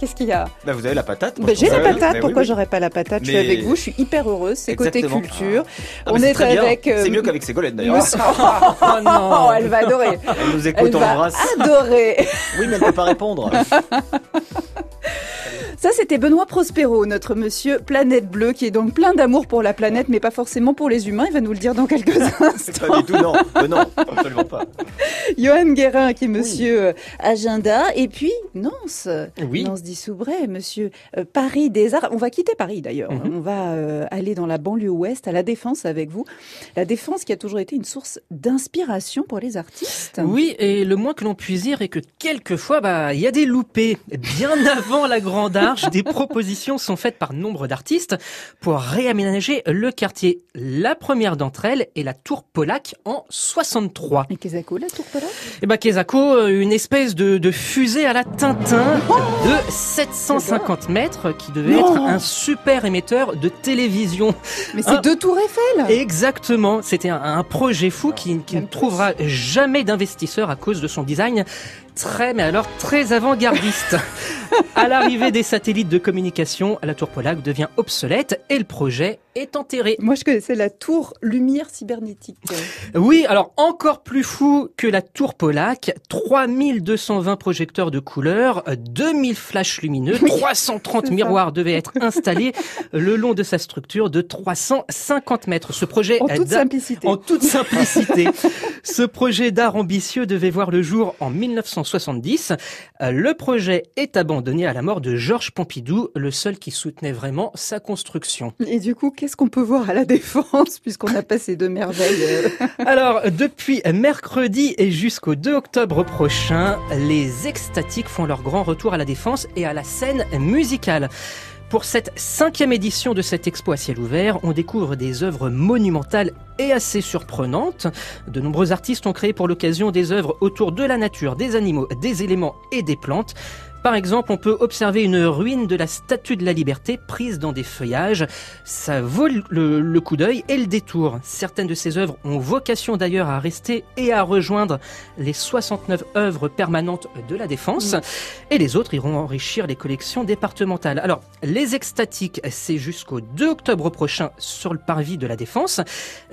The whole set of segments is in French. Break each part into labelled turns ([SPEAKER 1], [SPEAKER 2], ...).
[SPEAKER 1] Qu'est-ce qu'il y a
[SPEAKER 2] Bah, vous avez la patate.
[SPEAKER 1] Ben, J'ai la
[SPEAKER 2] Ah oui,
[SPEAKER 1] patate,
[SPEAKER 2] mais
[SPEAKER 1] pourquoi
[SPEAKER 2] oui, oui.
[SPEAKER 1] j'aurais pas la patate Je suis
[SPEAKER 2] Mais-
[SPEAKER 1] avec vous, je suis hyper heureuse, c'est côté
[SPEAKER 2] Exactement.
[SPEAKER 1] culture.
[SPEAKER 2] Ah,
[SPEAKER 1] On
[SPEAKER 2] mais c'est
[SPEAKER 1] est,
[SPEAKER 2] très bien.
[SPEAKER 1] avec... euh,
[SPEAKER 2] C'est mieux qu'avec Ségolène d'ailleurs.
[SPEAKER 1] Monsieur- Oh non, elle va adorer.
[SPEAKER 2] Elle nous écoute,
[SPEAKER 1] Elle
[SPEAKER 2] on
[SPEAKER 1] va
[SPEAKER 2] l'embrasse.
[SPEAKER 1] adorer.
[SPEAKER 2] Oui, mais elle ne peut pas répondre.
[SPEAKER 1] Ça, c'était Benoît Prospero, notre monsieur Planète Bleue, qui est donc plein d'amour pour la planète, mais pas forcément pour les humains. Il va nous le dire dans quelques
[SPEAKER 2] C'est pas
[SPEAKER 1] instants.
[SPEAKER 2] du tout, non. Euh, non, absolument pas.
[SPEAKER 1] Johan Guérin, qui est monsieur euh, Agenda. Et puis, Nance.
[SPEAKER 3] Oui.
[SPEAKER 1] Nance Dissoubray, monsieur euh, Paris des Arts. On va quitter Paris d'ailleurs. On va euh, aller dans la banlieue ouest, à La Défense avec vous. La Défense qui a toujours été une source d'inspiration pour les artistes.
[SPEAKER 3] Oui, et le moins que l'on puisse dire est que quelquefois, bah, il y a des loupés. Bien avant la Grande Arche, des propositions sont faites par nombre d'artistes pour réaménager le quartier. La première d'entre elles est la Tour Polac en 63.
[SPEAKER 1] Et Kezako, la tour Polac
[SPEAKER 3] Eh ben, Kezako, euh, une espèce de, de fusée à la Tintin de 750 mètres qui devait
[SPEAKER 1] Non.
[SPEAKER 3] être un super émetteur de télévision.
[SPEAKER 1] Mais c'est
[SPEAKER 3] Ah.
[SPEAKER 1] deux tours Eiffel
[SPEAKER 3] Exactement, c'était un, un projet fou qui, qui ne
[SPEAKER 1] Même
[SPEAKER 3] trouvera jamais d'investisseur à cause de son design très, mais alors très avant-gardiste. à l'arrivée des satellites de communication, la tour Polac devient obsolète et le projet est enterré.
[SPEAKER 1] Moi, je connaissais la tour Lumière Cybernétique.
[SPEAKER 3] Oui, alors encore plus fou que la tour Polac, 3220 projecteurs de couleurs, 2000 flashs lumineux, 330
[SPEAKER 1] c'est ça.
[SPEAKER 3] miroirs devaient être installés le long de sa structure de 350 mètres. Ce projet
[SPEAKER 1] euh, En toute
[SPEAKER 3] date-
[SPEAKER 1] simplicité.
[SPEAKER 3] En toute simplicité, ce projet d'art ambitieux devait voir le jour en 1970. Euh, Le projet est abandonné à la mort de Georges Pompidou, le seul qui soutenait vraiment sa construction.
[SPEAKER 1] Et du coup, qu'est-ce qu'on peut voir à la Défense, puisqu'on a passé deux merveilles euh,
[SPEAKER 3] Alors, depuis mercredi et jusqu'au 2 octobre prochain, les extatiques font leur grand retour à la défense et à la scène musicale. Pour cette cinquième édition de cette expo à ciel ouvert, on découvre des œuvres monumentales et assez surprenantes. De nombreux artistes ont créé pour l'occasion des œuvres autour de la nature, des animaux, des éléments et des plantes. Par exemple, on peut observer une ruine de la Statue de la Liberté prise dans des feuillages. Ça vaut le, le coup d'œil et le détour. Certaines de ces œuvres ont vocation d'ailleurs à rester et à rejoindre les 69 œuvres permanentes de la Défense. Et les autres iront enrichir les collections départementales. Alors, les extatiques, c'est jusqu'au 2 octobre prochain sur le parvis de la Défense,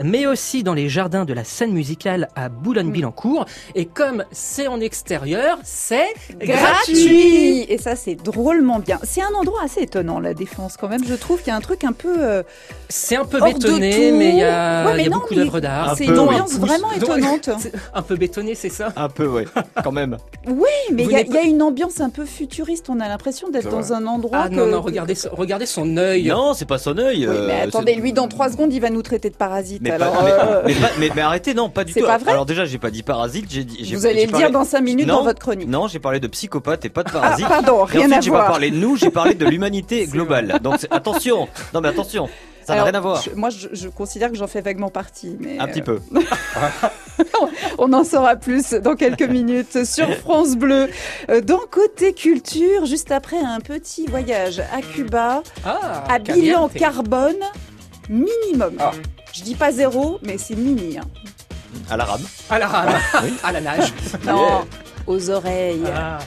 [SPEAKER 3] mais aussi dans les jardins de la scène musicale à Boulogne-Billancourt. Et comme c'est en extérieur, c'est
[SPEAKER 1] gratuites. Et ça, c'est drôlement bien. C'est un endroit assez étonnant, la Défense, quand même. Je trouve qu'il y a un truc un peu... euh,
[SPEAKER 3] C'est un peu
[SPEAKER 1] Hors de
[SPEAKER 3] bétonné,
[SPEAKER 1] tout.
[SPEAKER 3] mais il y a,
[SPEAKER 1] Ouais,
[SPEAKER 3] il
[SPEAKER 1] mais
[SPEAKER 3] y a
[SPEAKER 1] non,
[SPEAKER 3] beaucoup
[SPEAKER 1] mais
[SPEAKER 3] d'œuvres d'art.
[SPEAKER 2] Un
[SPEAKER 1] C'est
[SPEAKER 2] peu,
[SPEAKER 1] une
[SPEAKER 2] oui.
[SPEAKER 1] ambiance vraiment
[SPEAKER 3] Donc-
[SPEAKER 1] étonnante.
[SPEAKER 3] C'est un peu bétonné, c'est ça
[SPEAKER 2] Un peu, ouais. Quand même.
[SPEAKER 1] Oui, mais
[SPEAKER 3] Vous
[SPEAKER 1] il y, a-
[SPEAKER 3] n'êtes
[SPEAKER 1] il y a une ambiance un peu futuriste. On a l'impression d'être
[SPEAKER 2] C'est
[SPEAKER 1] dans un endroit.
[SPEAKER 3] Ah non,
[SPEAKER 1] que-
[SPEAKER 3] non,
[SPEAKER 1] que-
[SPEAKER 3] regardez, son- regardez son œil.
[SPEAKER 2] Non, c'est pas son œil.
[SPEAKER 1] Oui, mais
[SPEAKER 2] euh,
[SPEAKER 1] attendez,
[SPEAKER 2] c'est-
[SPEAKER 1] lui, dans trois secondes, il va nous traiter de parasite.
[SPEAKER 2] Mais,
[SPEAKER 1] alors,
[SPEAKER 2] pas- mais-
[SPEAKER 1] euh,
[SPEAKER 2] mais pas- mais- mais arrêtez, non, pas du
[SPEAKER 1] c'est
[SPEAKER 2] tout.
[SPEAKER 1] pas vrai
[SPEAKER 2] Alors déjà, j'ai pas dit parasite, j'ai dit. j'ai-
[SPEAKER 1] vous allez
[SPEAKER 2] j'ai
[SPEAKER 1] le
[SPEAKER 2] parlé-
[SPEAKER 1] dire dans cinq minutes
[SPEAKER 2] Non,
[SPEAKER 1] dans votre chronique.
[SPEAKER 2] Non, j'ai parlé de psychopathe et pas de parasite.
[SPEAKER 1] Pardon,
[SPEAKER 2] Et
[SPEAKER 1] rien
[SPEAKER 2] ensuite,
[SPEAKER 1] à
[SPEAKER 2] j'ai pas
[SPEAKER 1] voir.
[SPEAKER 2] parlé de nous, j'ai parlé de l'humanité globale. Donc c'est- attention. Non, mais attention. Ça n'a
[SPEAKER 1] Alors,
[SPEAKER 2] rien à voir.
[SPEAKER 1] je- moi, je, je considère que j'en fais vaguement partie. Mais
[SPEAKER 2] Un petit
[SPEAKER 1] euh,
[SPEAKER 2] peu.
[SPEAKER 1] On en saura plus dans quelques minutes sur France Bleu. Euh, Dans Côté Culture, juste après un petit voyage à Cuba,
[SPEAKER 3] Ah,
[SPEAKER 1] à bilan
[SPEAKER 3] caliente.
[SPEAKER 1] carbone minimum.
[SPEAKER 3] Ah.
[SPEAKER 1] Je dis pas zéro, mais c'est mini. hein.
[SPEAKER 2] À l'arabe.
[SPEAKER 3] À la rame,
[SPEAKER 2] Ah, Oui.
[SPEAKER 3] à la nage.
[SPEAKER 1] Non, aux oreilles.
[SPEAKER 3] Ah.